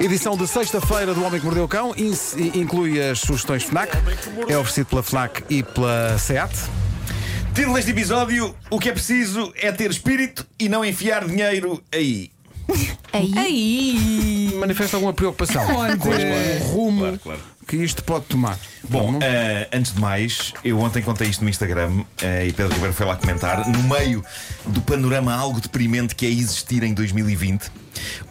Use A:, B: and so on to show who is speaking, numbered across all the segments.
A: Edição de sexta-feira do Homem que Mordeu o Cão in- inclui as sugestões FNAC. É oferecido pela FNAC e pela SEAT.
B: Título deste episódio: O que é preciso é ter espírito e não enfiar dinheiro aí.
C: Aí.
D: Aí!
A: Manifesta alguma preocupação com este rumo
B: Claro, claro.
A: que isto pode tomar.
B: Bom,
A: Não?
B: eh, antes de mais, eu ontem contei isto no Instagram eh, e Pedro Ribeiro foi lá comentar, no meio do panorama algo deprimente que é existir em 2020.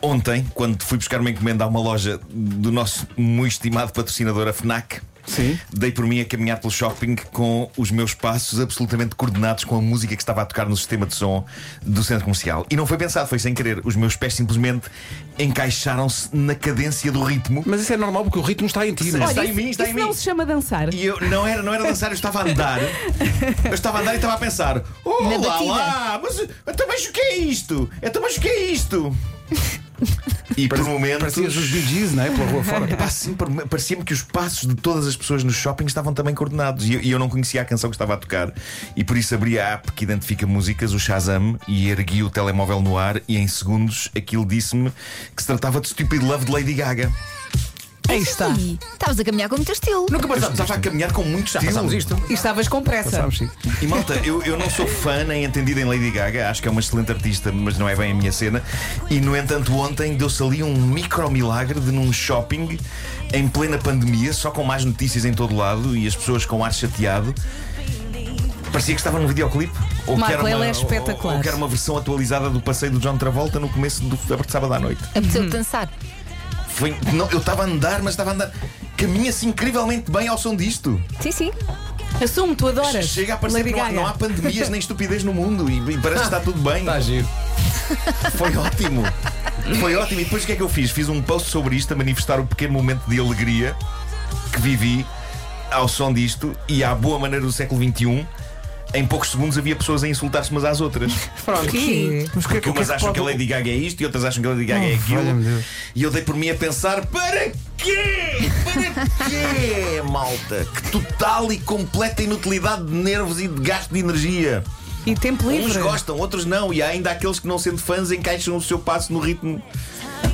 B: Ontem, quando fui buscar uma encomenda a uma loja do nosso muito estimado patrocinador, a Fnac.
A: Sim.
B: Dei por mim a caminhar pelo shopping com os meus passos absolutamente coordenados com a música que estava a tocar no sistema de som do centro comercial. E não foi pensado, foi sem querer. Os meus pés simplesmente encaixaram-se na cadência do ritmo.
A: Mas isso é normal porque o ritmo está em ti, não é?
B: Está
D: Olha,
B: em
D: isso-
B: mim, está
D: isso
B: em mim.
D: não se chama dançar.
B: E eu não era, não era dançar, eu estava a andar. Eu estava a andar e estava a pensar: Oh,
C: Na
B: lá,
C: batida.
B: lá, mas então, mas o que é isto? Então, mas o que é isto? E por momentos.
A: Parecias os Bee Gees, não é? Pela rua fora.
B: Epá, sim, par- Parecia-me que os passos de todas as pessoas no shopping estavam também coordenados e eu, e eu não conhecia a canção que estava a tocar. E por isso abri a app que identifica músicas, o Shazam, e ergui o telemóvel no ar. E em segundos aquilo disse-me que se tratava de Stupid Love de Lady Gaga.
D: Aí está.
C: Ih, Estavas a caminhar com muito estilo.
B: Nunca passava, estava a caminhar com muito estilo.
A: Passámos isto.
D: E estavas com pressa.
A: Passámos, sim.
B: E malta, eu, eu não sou fã nem entendido em Lady Gaga, acho que é uma excelente artista, mas não é bem a minha cena. E no entanto, ontem deu-se ali um micro milagre de num shopping em plena pandemia, só com mais notícias em todo lado e as pessoas com ar chateado. Parecia que estava num videoclipe. Ou
D: Marco,
B: que era uma,
D: ele é
B: ou-
D: espetacular.
B: Ou, que era uma versão atualizada do passeio do John Travolta no começo do da sábado à noite.
C: Apeteceu-te dançar.
B: Foi- não, eu estava a andar, mas estava a andar. Caminha-se incrivelmente bem ao som disto.
C: Sim, sim.
D: Assumo, tu adoras.
B: Chega a parecer
D: Lady
B: que não há,
D: Gaga.
B: não há pandemias nem estupidez no mundo e, e parece que está tudo bem.
A: Está giro.
B: Foi ótimo. Foi ótimo. E depois o que é que eu fiz? Fiz um post sobre isto a manifestar o pequeno momento de alegria que vivi ao som disto e à boa maneira do século XXI. Em poucos segundos havia pessoas a insultar-se umas às outras.
A: Pronto.
D: Ih,
A: Mas o que é que,
B: Porque
A: o que, é
B: umas
A: que
B: acham que a
A: pode...
B: Lady Gaga é isto e outras acham que a Lady Gaga é
A: Oh, valha-me
B: aquilo.
A: Deus.
B: E eu dei por mim a pensar: para quê? Para quê, malta? Que total e completa inutilidade de nervos e de gasto de energia.
D: E tempo
B: Uns
D: livre.
B: gostam, outros não, e há ainda aqueles que, não sendo fãs, encaixam o seu passo no ritmo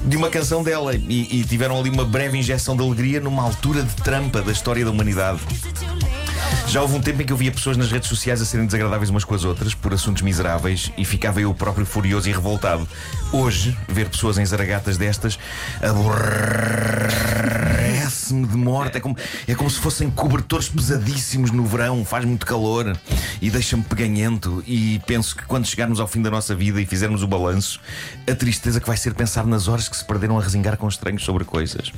B: de uma canção dela e, e tiveram ali uma breve injeção de alegria numa altura de trampa da história da humanidade. Já houve um tempo em que eu via pessoas nas redes sociais a serem desagradáveis umas com as outras por assuntos miseráveis e ficava eu próprio furioso e revoltado. Hoje, ver pessoas em zaragatas destas aborrece-me de morte. É como, é como se fossem cobertores pesadíssimos no verão, faz muito calor e deixa-me peganhento. E penso que quando chegarmos ao fim da nossa vida e fizermos o balanço, a tristeza que vai ser pensar nas horas que se perderam a resingar com estranhos sobre coisas.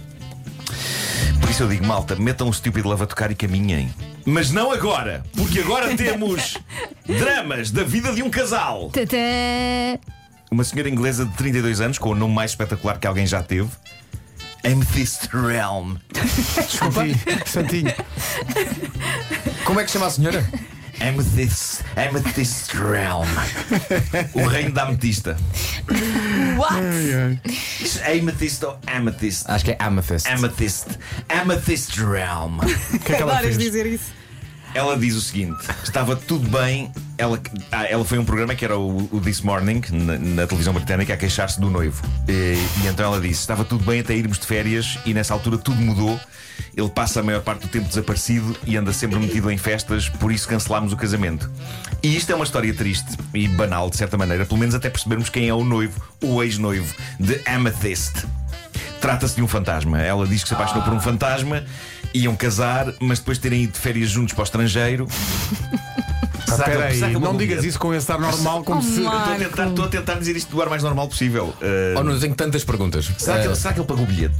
B: Por isso eu digo, malta, metam o estúpido lava tocar e caminhem. Mas não agora, porque agora temos dramas da vida de um casal.
C: Tadã.
B: Uma senhora inglesa de 32 anos, com o nome mais espetacular que alguém já teve. Amethyst Realm.
A: Santinho, Santinho. Como é que chama a senhora?
B: Amethyst, Amethyst Realm. O reino da ametista.
D: What?
B: Diz Amethyst ou Amethyst?
E: Acho que é Amethyst.
B: Amethyst. Amethyst Realm.
A: O que é que ela
D: Adoras
A: fez?
D: dizer isso.
B: Ela diz o seguinte: estava tudo bem. Ela, ah, ela foi a um programa que era o, o This Morning, na, na televisão britânica, a queixar-se do noivo. E, e então ela disse: estava tudo bem até irmos de férias, e nessa altura tudo mudou. Ele passa a maior parte do tempo desaparecido e anda sempre metido em festas, por isso cancelámos o casamento. E isto é uma história triste e banal, de certa maneira, pelo menos até percebermos quem é o noivo, o ex-noivo, de Amethyst. Trata-se de um fantasma. Ela diz que se apaixonou por um fantasma, iam casar, mas depois de terem ido de férias juntos para o estrangeiro. saca-
A: Espera aí,
B: saca uma
A: não
B: bilhete.
A: digas isso com esse ar normal, como se.
D: Olá.
B: Estou a, tentar, estou a tentar dizer isto do ar mais normal possível. Uh,
E: Oh, não tenho tantas perguntas.
B: será, que
E: Eh,
B: ele, será que ele pagou o bilhete?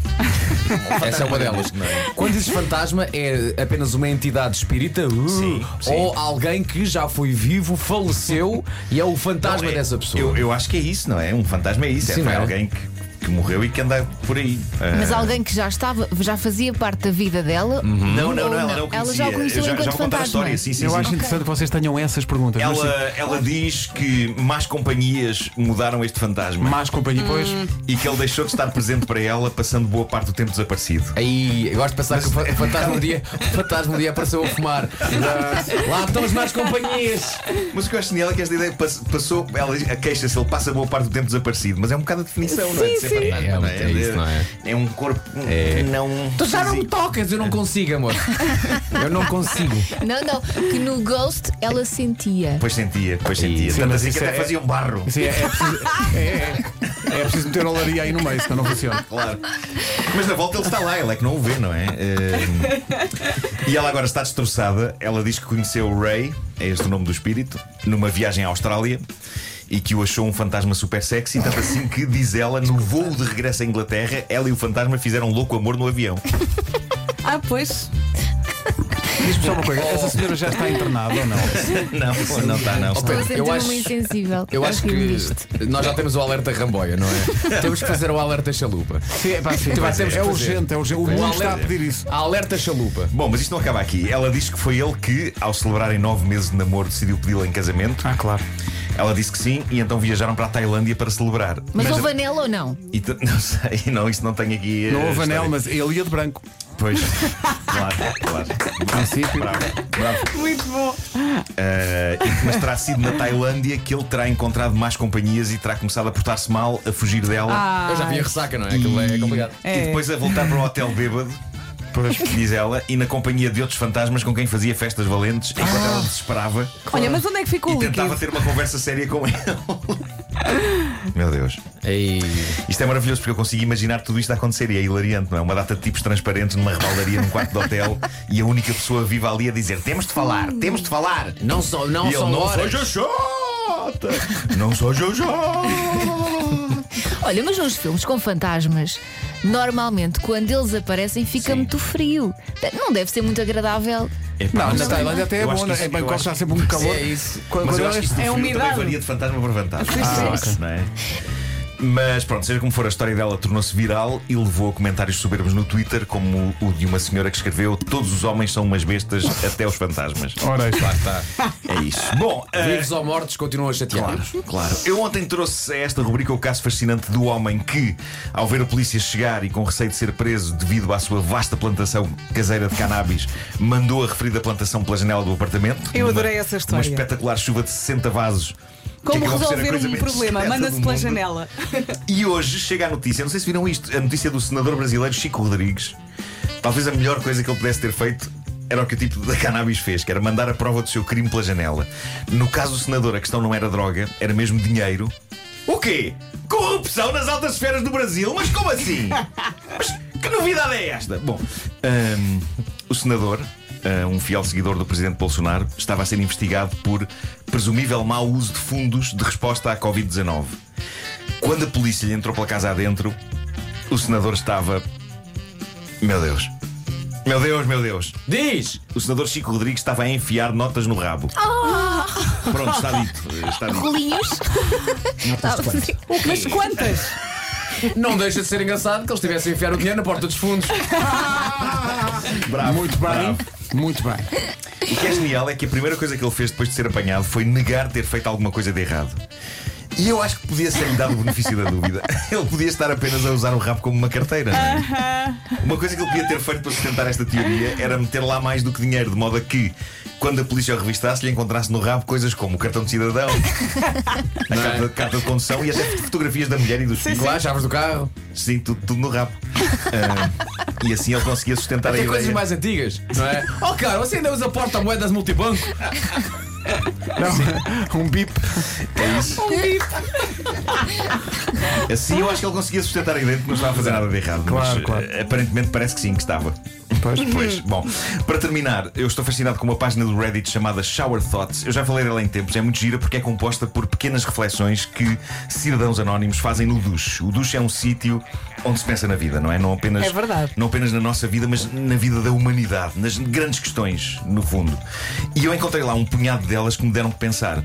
E: essa é uma delas. Quando dizes fantasma, é apenas uma entidade espírita? Uh,
B: Sim, sim.
E: Ou alguém que já foi vivo, faleceu e é o fantasma
B: Não, é-
E: dessa pessoa?
B: Eu, eu acho que é isso, não é? Um fantasma é isso.
E: Sim,
B: é
E: não
B: foi
E: é?
B: alguém que, que morreu e que anda por aí. Uh,
C: Mas alguém que já estava, já fazia parte da vida dela.
E: Uhum.
B: não, não,
C: ou
B: não, ela não o
C: Ela
B: conhecia.
C: já o conheceu
B: Eu já,
C: enquanto
B: já vou contar a
C: fantasma.
B: história. Sim, sim,
A: Eu
B: sim.
A: acho interessante que vocês tenham essas perguntas. mas
B: Ela, ela diz que más companhias mudaram este
A: sim.
B: fantasma.
A: Más companhia, pois.
B: e que ele deixou de estar presente para ela, passando boa parte do tempo desaparecido.
E: Aí, eu gosto de pensar que o fa- o fantasma um dia, o fantasma um dia apareceu a fumar. Lá estão as más companhias.
B: Mas o que eu acho genial é que esta ideia pass- passou, ela diz- a queixa-se, ele passa boa parte do tempo desaparecido, mas é um bocado a definição, não é?
D: Sim,
B: De ser
D: Sim.
E: É, é, é isso, não é?
B: É um corpo
E: É.
B: não.
E: Tu já não me
B: físico.
E: tocas, eu não consigo, amor.
B: Hum.
E: Eu não consigo.
C: Não, não, que no Ghost ela sentia.
B: Pois sentia, pois sentia.
A: Sim,
B: Tanto
A: mas
B: assim que
A: isso
B: até
A: é-
B: fazia um barro.
A: Sim, é, é preciso, é- é- é preciso meter olaria aí no meio, senão não funciona.
B: Claro. Mas na volta ele está lá, ele é que não o vê, não é? Eh, E ela agora está destroçada. Ela diz que conheceu o Ray, é este o nome do espírito, numa viagem à Austrália e que o achou um fantasma super sexy. Tanto assim que, diz ela, no voo de regresso à Inglaterra, ela e o fantasma fizeram um louco amor no avião.
D: Ah, pois.
A: Diz-me só uma coisa, essa senhora já está internada ou não?
B: Não, não está, não.
E: Oh,
C: Estou
E: Pedro,
C: a
E: eu
C: sentir-me
E: acho-
C: insensível.
E: Eu acho
C: Ao rir
E: que
C: disto.
E: nós já temos o alerta Ramboia, não é? Temos que fazer o alerta Chalupa.
A: Sim, pá, sim,
E: Tu vai
A: pá, sim.
E: termos que
A: é
E: fazer.
A: urgente, é urgente. O
E: Tem.
A: mundo está a pedir isso.
E: A alerta Chalupa.
B: Bom, mas isto não acaba aqui. Ela diz que foi ele que, ao celebrarem nove meses de namoro, decidiu pedi-la em casamento.
A: Ah, claro.
B: Ela disse que sim e então viajaram para a Tailândia para celebrar.
C: Mas houve anel ou não?
B: E t- não sei, não, isso não tem aqui. eh,
A: Não houve
B: história.
A: anel, mas ele ia de branco.
B: Pois, claro, claro.
A: princípio.
B: Bravo, bravo.
D: Muito bom.
B: Eh, e- mas terá sido na Tailândia que ele terá encontrado más companhias e terá começado a portar-se mal, a fugir dela.
D: Ah,
E: Eu já vi a ressaca, não é? Aquilo é complicado.
B: E depois a voltar para o hotel bêbado. Diz ela, e na companhia de outros fantasmas com quem fazia festas valentes, enquanto ela desesperava
D: Olha, mas onde é que ficou
B: e
D: o líquido?
B: tentava ter uma conversa séria com ele. Meu Deus.
E: Ei.
B: Isto é maravilhoso porque eu consigo imaginar tudo isto a acontecer e é hilariante, não é? Uma data de tipos transparentes numa rebaldaria num quarto de hotel e a única pessoa viva ali a dizer: temos de falar, temos de falar.
E: Não só, não
B: e ele
E: só
B: não sou
E: horas.
B: Jojota! Não sou Jojota!
C: Olha, mas nos filmes com fantasmas, normalmente quando eles aparecem fica
B: Sim.
C: muito frio. Não deve ser muito agradável.
B: Epá,
A: Não,
B: mas
A: na
B: sim.
A: Tailândia até é
B: Eu acho
A: bom,
B: que
A: né?
B: isso-
A: em
B: eu
A: Bangkok
B: acho
A: está
B: que-
A: sempre um calor.
E: É isso.
A: Quando-
B: Mas
A: quando
B: eu acho que isto do
D: É
B: frio também
D: umidade.
B: varia de fantasma para fantasma.
D: Ah,
B: Acho, não é? Mas pronto, seja como for, a história dela tornou-se viral e levou a comentários soberbos no Twitter, como o de uma senhora que escreveu: Todos os homens são umas bestas, até os fantasmas.
A: Ora, isto.
E: Lá está.
B: É isso. Bom, eh,
E: Vivos ou mortos continuam a chatear.
B: Claro. Eu ontem trouxe a esta rubrica o caso fascinante do homem que, ao ver a polícia chegar e com receio de ser preso devido à sua vasta plantação caseira de cannabis, mandou a referida plantação pela janela do apartamento.
D: Eu
B: Numa-
D: adorei essa
B: Uma
D: história.
B: espetacular chuva de 60 vasos.
D: Como
B: que acabou por ser a
D: resolver
B: coisa
D: um
B: menos
D: problema?
B: discreta
D: Manda-se
B: do
D: pela
B: mundo.
D: janela.
B: E hoje chega a notícia, não sei se viram isto, a notícia do senador brasileiro Chico Rodrigues. Talvez a melhor coisa que ele pudesse ter feito era o que o tipo da cannabis fez, que era mandar a prova do seu crime pela janela. No caso do senador, a questão não era droga, era mesmo dinheiro. O quê? Corrupção nas altas esferas do Brasil? Mas como assim? Mas que novidade é esta? Bom, hum, o senador, ah, um fiel seguidor do presidente Bolsonaro, estava a ser investigado por presumível mau uso de fundos de resposta à Covid-19. Quando a polícia lhe entrou pela casa adentro, o senador estava. Meu Deus. Meu Deus, meu Deus.
E: Diz!
B: O senador Chico Rodrigues estava a enfiar notas no rabo. Pronto, está dito. Está dito.
C: Rolinhos.
D: Mas quantas?
E: Não deixa de ser engraçado que eles tivessem a enfiar o dinheiro na porta dos fundos.
B: Bravo.
A: Muito bem,
B: bravo.
A: muito bem.
B: O que é genial é que a primeira coisa que ele fez depois de ser apanhado foi negar ter feito alguma coisa de errado. E eu acho que podia ser-lhe dado o benefício da dúvida. Ele podia estar apenas a usar o rabo como uma carteira. não é? Uma coisa que ele podia ter feito para sustentar esta teoria era meter lá mais do que dinheiro, de modo a que, quando a polícia o revistasse, lhe encontrasse no rabo coisas como o cartão de cidadão, a carta, carta de condução e até fotografias da mulher e dos filhos.
E: Lá, chaves do carro.
B: Sim, tudo, tudo no rabo. Ah, e assim ele conseguia sustentar a
E: Tem coisas
B: ideia.
E: mais antigas, não é? Oh, cara, você ainda usa porta-moedas multibanco?
A: Não, um bip.
B: Assim eu acho que ele conseguia sustentar a ideia de que não estava a fazer nada de errado.
A: Claro,
B: mas,
A: claro.
B: eh, Aparentemente parece que sim, que estava. Pois. pois. Bom, para terminar, eu estou fascinado com uma página do Reddit chamada Shower Thoughts. Eu já falei dela em tempos, é muito gira porque é composta por pequenas reflexões que cidadãos anónimos fazem no duche. O duche é um sítio onde se pensa na vida, não é? Não apenas,
D: É verdade.
B: Não apenas na nossa vida, mas na vida da humanidade, nas grandes questões, no fundo. E eu encontrei lá um punhado delas que me deram que pensar.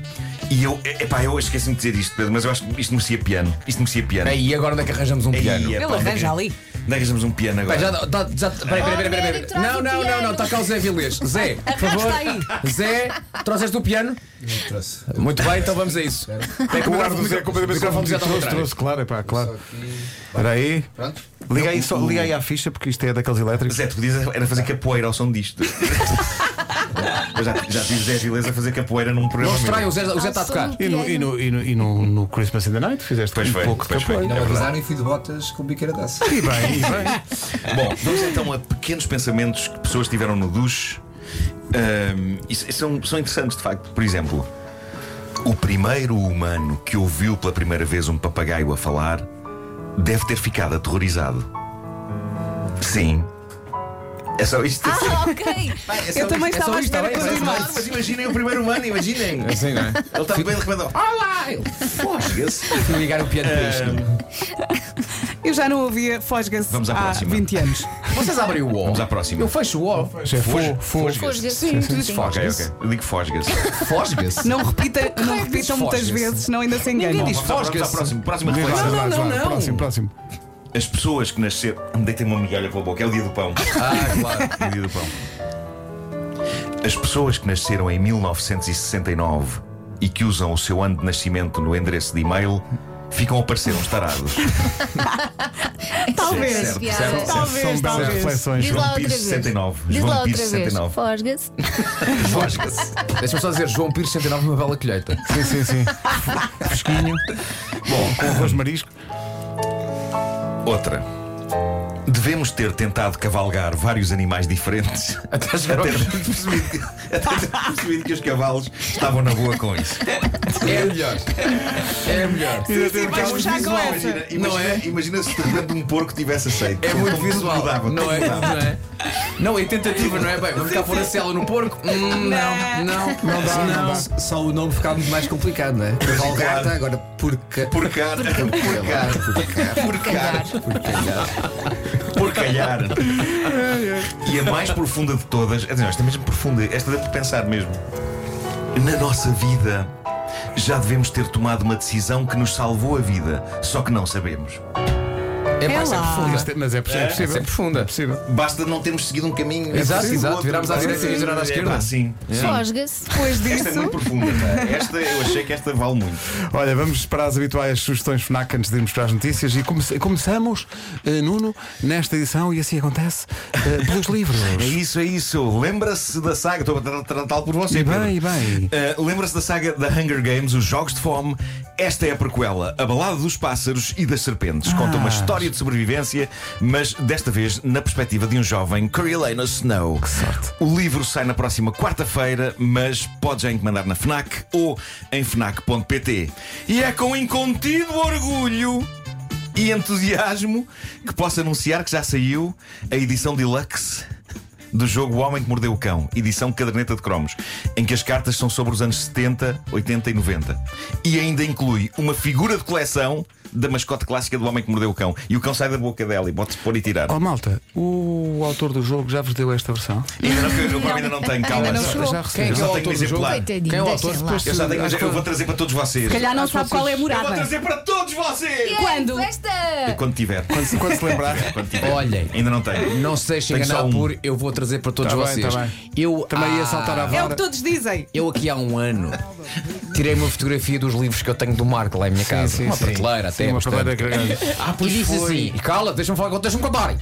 B: E eu, epá, eu esqueci-me de dizer isto, Pedro, mas eu acho que isto merecia piano. Isto merecia piano.
E: Aí, agora onde é que arranjamos um piano?
B: Ele
D: arranja
B: Onde
D: ali.
B: é que arranjamos um piano
E: Pá,
B: agora?
E: já, tá, já, peraí, peraí, peraí, peraí, peraí.
C: Homero, traz
E: Não,
C: o
E: não, não, não,
C: piano.
E: está cá o Zé Vilês. Zé, por favor.
D: Arrasta aí.
E: Zé, trouxeste o piano?
F: Trouxe.
E: Muito bem, então vamos a isso. Tem que
A: O
E: mudar
A: ar do Zé completamente
E: microfone
A: confuso.
E: já está ao
A: Trouxe,
E: contrário.
A: trouxe, claro, é pá, claro.
F: Aqui.
A: Espera aí.
F: Pronto?
A: Liga aí, só, liga aí à ficha, porque isto é daqueles elétricos.
B: Zé, tu podias era fazer capoeira ao som disto. Eu já, já tive Zé Vilés a fazer capoeira num programa.
E: Não
B: meu.
E: estranho, o Zé o Zé está a tocar.
C: é
A: E no, e no, e no, e no, no Christmas in the Night fizeste
B: Pois
A: um
B: foi,
A: pouco
B: pois
A: de
B: foi.
A: capoeira.
F: Não avisaram e fui de botas com biqueira daça.
A: E bem, e bem.
B: Bom, vamos então a pequenos pensamentos que pessoas tiveram no duche. Ahm, e s- são, são interessantes, de facto. Por exemplo, o primeiro humano que ouviu pela primeira vez um papagaio a falar deve ter ficado aterrorizado. Sim. É só isto.
C: Ah, ok.
D: Eu também estava
E: só
D: à espera
E: isto, está bem,
D: que
E: parece
D: continuasse.
B: Claro, mas imaginem o primeiro humano, imaginem. Ele
E: Assim, não é?
B: está bem recomendado. Olá! Ele Fosga-se.
E: Fui ligar o piano para isto.
D: Eu já não ouvia Fosga-se
B: Vamos à
D: há
B: próxima.
D: 20 anos.
E: Vocês abrem o O.
B: Vamos à próxima.
E: Eu fecho o O.
A: Já foi, foi.
C: Fosga-se.
E: Sim, tu dizes
C: Sim.
B: Ok,
E: fosga-se.
B: ok. Eu digo fosga-se.
E: Fosga-se.
D: Não, repita, não
E: é que diz
D: repitam muitas
E: Fosga-se?
D: vezes, senão ainda se
E: Ninguém
D: enganam.
E: diz
B: Vamos à- vamos à
E: fosga-se.
B: próxima, próxima
A: Vá,
B: reflexão.
A: vá,
E: não,
A: vá,
E: não.
A: Próximo, próximo.
B: As pessoas que nasceram. Deitem-me uma migalha pela boca, é o dia do pão.
E: Ah, claro.
B: É o dia do pão. As pessoas que nasceram em 1969 e que usam o seu ano de nascimento no endereço de e-mail ficam a parecer uns tarados.
D: Talvez.
B: Certo,
C: piada.
B: certo,
A: São
B: certo.
D: Talvez,
A: belas
B: é
D: talvez.
A: reflexões.
C: Diz lá
B: João
C: outra
B: Pires,
C: vez.
B: 69.
C: Diz lá
B: João
C: outra
B: Pires,
C: vez.
B: 69.
C: Fosga-se.
B: Fosga-se.
E: Deixa-me só dizer, João Pires 69, uma bela colheita.
A: Sim, sim, sim. Fresquinho. Bom, com arroz de marisco.
B: Outra. Devemos ter tentado cavalgar vários animais diferentes
E: Até chegar ao-
B: até ter percebido que, até ter percebido que os cavalos estavam na boa com isso.
E: É a melhor. É a melhor.
D: Sim, vais puxar com essa.
B: Imagina, imagina,
E: Não é?
B: imagina se de repente um porco tivesse aceito.
E: É muito
B: Tudo
E: visual.
B: mudava,
E: não,
B: tudo
E: é,
B: mudava.
E: não é? Não, é tentativa, não é? Bem, vamos cá pôr a cela no porco? Hum, não, não. Não dá,
F: Não, só o nome ficava muito mais complicado, não é? Valgata, agora porca.
B: Porcar, porcar, porcar, porcalhar. E a mais profunda de todas, é, não, esta é mesmo profunda, esta dá para pensar mesmo. Na nossa vida já devemos ter tomado uma decisão que nos salvou a vida, só que não sabemos.
E: É mais
D: É lá.
E: profunda.
A: Mas é, é possível.
E: É profunda.
A: possível.
B: Basta não termos seguido um caminho.
E: Exato,
B: seguido
E: exato.
B: outro.
E: Virarmos à direita em vez de virar à
B: É,
E: esquerda.
B: pá, Sim, sim.
C: Fosga-se.
D: Depois
B: Esta é
D: disso,
B: muito profunda, pá. Esta, eu achei que esta vale muito.
A: Olha, vamos para as habituais sugestões FNAC antes de irmos para as notícias e come- começamos, eh, Nuno, nesta edição, e assim acontece, eh, pelos livros.
B: É isso, é isso. Lembra-se da saga. Estou a tra- tratá-lo por você,
A: E
B: Pedro.
A: bem, e bem.
B: Uh, Lembra-se da saga da Hunger Games, os Jogos de Fome? Esta é a prequela, A Balada dos Pássaros e das Serpentes. Conta uma história de sobrevivência, mas desta vez na perspectiva de um jovem Carolina Snow. Que sorte. O livro sai na próxima quarta-feira, mas pode já encomendar na FNAC ou em FNAC.pt. E é com incontido orgulho e entusiasmo que posso anunciar que já saiu a edição deluxe do jogo O Homem que Mordeu o Cão, edição caderneta de cromos, em que as cartas são sobre os anos 70, 80 e 90. E ainda inclui uma figura de coleção da mascote clássica do Homem que Mordeu o Cão. E o cão sai da boca dela e pode-se pôr e tirar.
A: Oh, malta, o autor do jogo já vos deu esta versão?
B: Ainda não, eu, eu ainda não tenho, calma.
C: Ainda não
B: só-
C: chegou.
A: Já
E: Quem
A: recebeu.
E: é que é
B: só tenho
E: o autor do
B: exemplar.
E: jogo?
C: Coitadinho,
E: Quem é o
C: deixem
E: autor?
C: lá.
E: Depois-
B: eu, já tenho,
E: Acho que-
B: eu vou trazer para todos vocês.
D: calhar não sabe qual é a
B: Eu vou
D: morada.
B: trazer para todos vocês!
D: Quando?
C: Festa!
B: Quando tiver. Quando,
A: Quando, quando se lembrar.
B: quando tiver.
E: Olhem.
B: Ainda não tenho.
E: Não se deixem
B: Tenho só
E: enganar
B: um.
E: por eu vou trazer para todos
A: Tá bem,
E: vocês.
A: tá bem.
E: Eu
A: Também ia
E: há-
A: saltar à
D: É o
A: vara.
D: que todos dizem.
E: Eu aqui há um ano tirei uma fotografia dos livros que eu tenho do Marco lá em minha casa.
A: sim,
E: uma
A: sim.
E: prateleira até.
A: Sim, uma
E: bastante.
A: prateleira grande.
E: Ah, pois
A: E disse
E: foi.
A: assim,
E: Cala, deixa-me falar, deixa-me contar.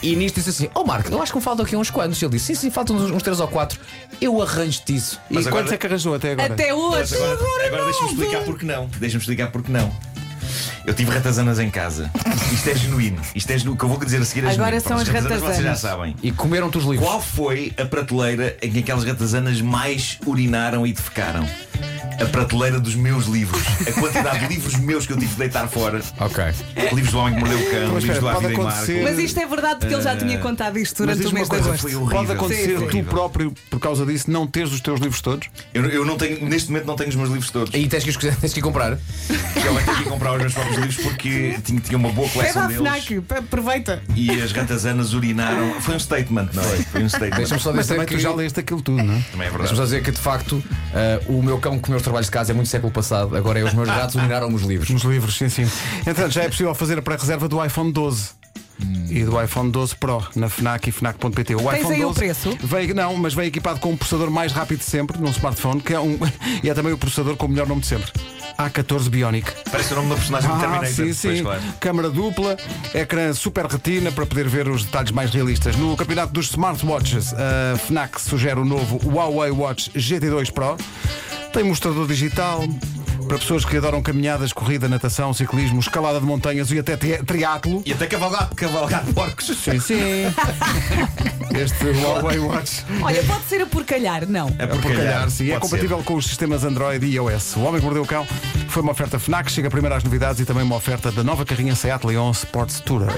E: E nisto disse assim: Ó Marco, eu acho que me faltam aqui uns quantos. Ele disse: Sim, sim, faltam uns, uns três ou quatro. Eu arranjo-te isso.
A: E
B: Mas
A: quantos
B: agora-
A: é que arranjou até agora?
D: Até
B: Mas
D: hoje.
B: agora, agora deixa-me explicar porque não. Deixa-me explicar porque não. Eu tive ratazanas em casa. Isto é genuíno. Isto é genuíno. O que eu vou dizer a seguir é genuíno.
D: Agora são
B: Pronto,
D: as
B: Vocês já
D: ratazanas.
B: sabem.
E: E comeram-te os livros.
B: Qual foi a prateleira em que aquelas ratazanas mais urinaram e defecaram? A prateleira dos meus livros. A quantidade de livros meus que eu tive de deitar fora.
E: Ok.
B: Livros do Homem que Mordeu o Cão,
A: Mas
B: livros
A: espera,
B: do A
A: pode
B: Vida em Marco.
A: acontecer-
D: Mas isto é verdade porque ele já tinha contado isto
A: Mas
D: durante o
A: diz-me
D: mês
A: uma
D: de
A: coisa,
D: agosto.
B: foi horrível.
A: Pode acontecer
B: Sim,
A: tu
B: horrível.
A: próprio, por causa disso, não teres os teus livros todos?
B: Eu, eu não tenho, neste momento não tenho os meus livros todos.
E: E tens que, escolher- tens que comprar.
B: Eu tenho que comprar os meus próprios livros porque tinha, tinha uma boa
D: Pede
B: coleção
D: à
B: deles.
D: FNAC, pe- aproveita.
B: E as ratazanas urinaram. Foi um statement, não é? Foi um statement.
E: Deixa-me só
A: Mas
E: dizer
A: também
E: que.
A: tu já leste aquilo tudo, não é?
B: Também é
E: Deixa-me só
B: verdade.
E: dizer que de facto eh, o meu cão comeu os trabalhos de casa é muito século passado. Agora é os meus gatos urinaram os livros.
A: Nos livros, sim, sim. Entretanto, já é possível fazer a pré-reserva do iPhone 12. E do iPhone 12 Pro na Fnac e Fnac.pt. O iPhone
D: Hum. aí o
A: 12
D: preço?
A: Veio, não, mas um, vem equipado com o processador mais rápido de sempre num smartphone, que é um. E é também o processador com o melhor nome de sempre. A14 Bionic.
B: Parece o nome da personagem do
A: Ah,
B: Terminator.
A: sim,
B: Pois,
A: sim.
B: claro.
A: Câmara dupla, ecrã super retina para poder ver os detalhes mais realistas. No campeonato dos smartwatches, a FNAC sugere o novo Huawei Watch GT2 Pro. Tem mostrador digital para pessoas que adoram caminhadas, corrida, natação, ciclismo, escalada de montanhas e até tri- triatlo.
B: E até cavalgar, cavalgar porcos.
A: Sim, sim. Este Huawei Watch.
D: Olha, pode ser a porcalhar, não.
B: É
A: Por calhar, sim. É
B: Pode ser.
A: compatível com os sistemas Android e iOS. O Homem que Mordeu o Cão foi uma oferta FNAC, chega primeiro às novidades e também uma oferta da nova carrinha Seat Leon Sports Tourer.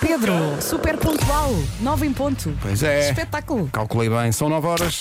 D: Pedro, super pontual. Nove em ponto.
A: Pois é.
D: Espetáculo.
A: é. Calculei bem, são 9 horas.